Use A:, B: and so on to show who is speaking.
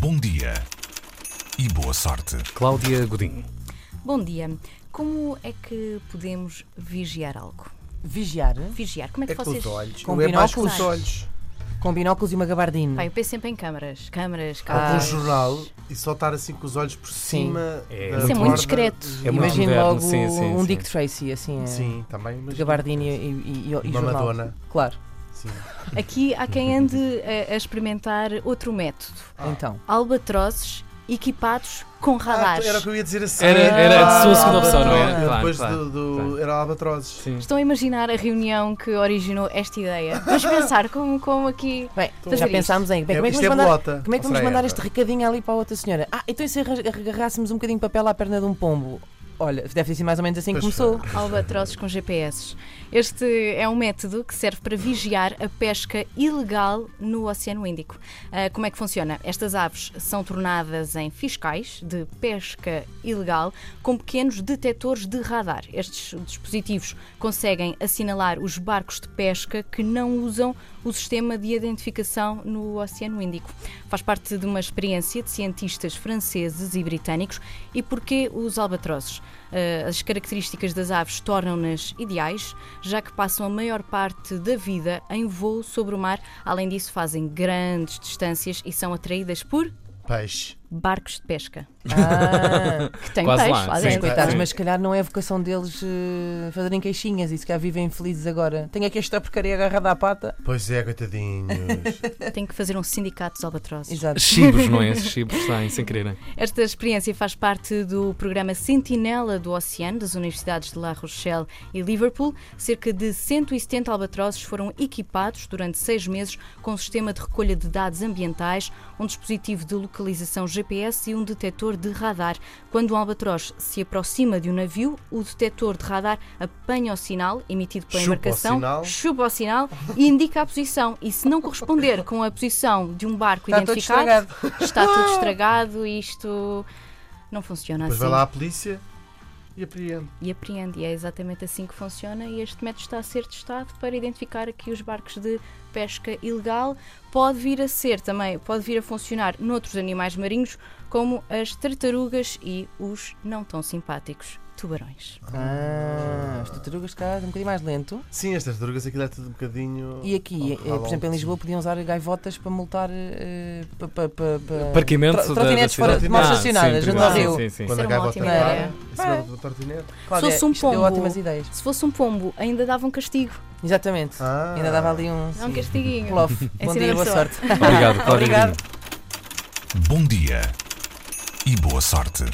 A: Bom dia e boa sorte.
B: Cláudia Godinho.
C: Bom dia. Como é que podemos vigiar algo?
D: Vigiar? eh?
C: Vigiar, como é que vocês.
D: Com
E: Ou é mais com
D: binóculos?
E: os olhos.
D: Com binóculos e uma gabardina.
C: Pá, eu penso sempre em câmaras. Câmaras,
E: Algum
C: câmaras.
E: um jornal e só estar assim com os olhos por cima.
B: É.
E: da
B: Isso é
C: muito
E: borda.
C: discreto.
B: É muito
D: Imagino
B: moderno,
D: logo
B: sim, sim,
D: um
B: sim.
D: Dick Tracy, assim, é,
E: Sim, também. Mas
D: de gabardina e, e, e, e
E: Uma
D: jornal.
E: Madonna.
D: Claro,
E: Sim.
C: Aqui há quem ande a, a experimentar outro método:
D: então.
C: albatrozes equipados com
E: Ah,
C: radares.
E: era o que eu ia dizer assim.
B: Era- era a sua segunda opção, não é?
E: Eu
B: Claro,
E: depois
B: claro,
E: do, do-
B: claro.
E: Era albatrozes.
B: Sim.
C: Estão a imaginar a reunião que originou esta ideia? Vamos pensar como, como aqui.
D: Bem,
C: Fazer
D: já
C: isto.
D: pensámos em bem,
E: É-
D: como é que
E: isto
D: vamos
E: é
D: mandar,
E: bolota.
D: como é que
E: Ou
D: vamos
E: seja,
D: mandar
E: é-
D: este recadinho ali para a outra senhora? Ah, então e se arra- agarrássemos um bocadinho de papel à perna de um pombo? Olha, deve ter sido mais ou menos assim que
E: Pois
D: começou.
C: Albatrozes com GPS. Este é um método que serve para vigiar a pesca ilegal no Oceano Índico. Ah, como é que funciona? Estas aves são tornadas em fiscais de pesca ilegal com pequenos detectores de radar. Estes dispositivos conseguem assinalar os barcos de pesca que não usam o sistema de identificação no Oceano Índico. Faz parte de uma experiência de cientistas franceses e britânicos. E porquê os albatrozes? Ah, as características das aves tornam-nas ideais, já que passam a maior parte da vida em voo sobre o mar. Além disso, fazem grandes distâncias e são atraídas por
E: Peixe.
C: barcos de pesca,
D: Ah,
C: que têm
B: Quase
C: peixe
B: lá,
C: lá
B: sim.
C: dentro.
D: coitados,
B: sim.
D: mas se calhar não é a vocação deles eh, fazerem queixinhas e se calhar vivem felizes agora. Tenho aqui esta porcaria agarrada à pata.
E: Pois é,
D: Ah,
E: coitadinhos.
C: Tem que fazer um sindicato dos albatrozes.
D: Exato.
B: Chibos, não é? Esses chibos saem sem é? quererem.
C: Esta experiência faz parte do programa Sentinela do Oceano das universidades de La Rochelle e Liverpool. Cerca de 170 albatrozes foram equipados durante seis meses com um sistema de recolha de dados ambientais, um dispositivo de localização GPS e um detector de radar. Quando um albatroz se aproxima de um navio, o detector de radar apanha o sinal emitido pela
E: Chupa o
C: embarcação,
E: sinal.
C: chupa o sinal e indica a posição. E se não corresponder com a posição de um barco
D: Está todo
C: identificado,
D: estragado.
C: está tudo estragado e isto não funciona
E: Depois
C: assim.
E: vai lá à polícia e apreende.
C: E apreende, e é exatamente assim que funciona. E este método está a ser testado para identificar aqui os barcos de pesca ilegal. Pode vir a ser também, pode vir a funcionar noutros animais marinhos, como as tartarugas e os não tão simpáticos tubarões.
D: Ah, as tartarugas de casa, um bocadinho mais lento.
E: Sim, estas drogas aquilo é tudo um bocadinho.
D: E aqui, eh, por exemplo, em Lisboa podiam usar gaivotas para multar eh, pa- pa- pa- pa-
B: Parquimento
D: tro-
B: da-
D: trotinetes
B: da cidade.
D: fora- mal
B: Ah, sim,
D: estacionadas junto ao
B: privado,
D: rio.
B: Sim, sim, sim.
E: Quando
C: Isso era
E: a
C: uma
E: gaivota
C: ótima
E: para,
C: ideia.
E: em cima do tortinete.
D: Cláudia,
C: Se fosse um
D: é? isto deu
C: pombo.
D: ótimas ideias.
C: Se fosse um pombo, ainda dava um castigo.
D: Exatamente.
E: Ah.
D: Ainda dava ali um
C: Dá um castiguinho.
D: plof.
C: Em
D: Bom
C: cima
D: dia,
C: da
D: boa
C: pessoa.
D: sorte.
B: Obrigado, Cláudia.
D: Obrigado.
A: Bom dia e boa sorte.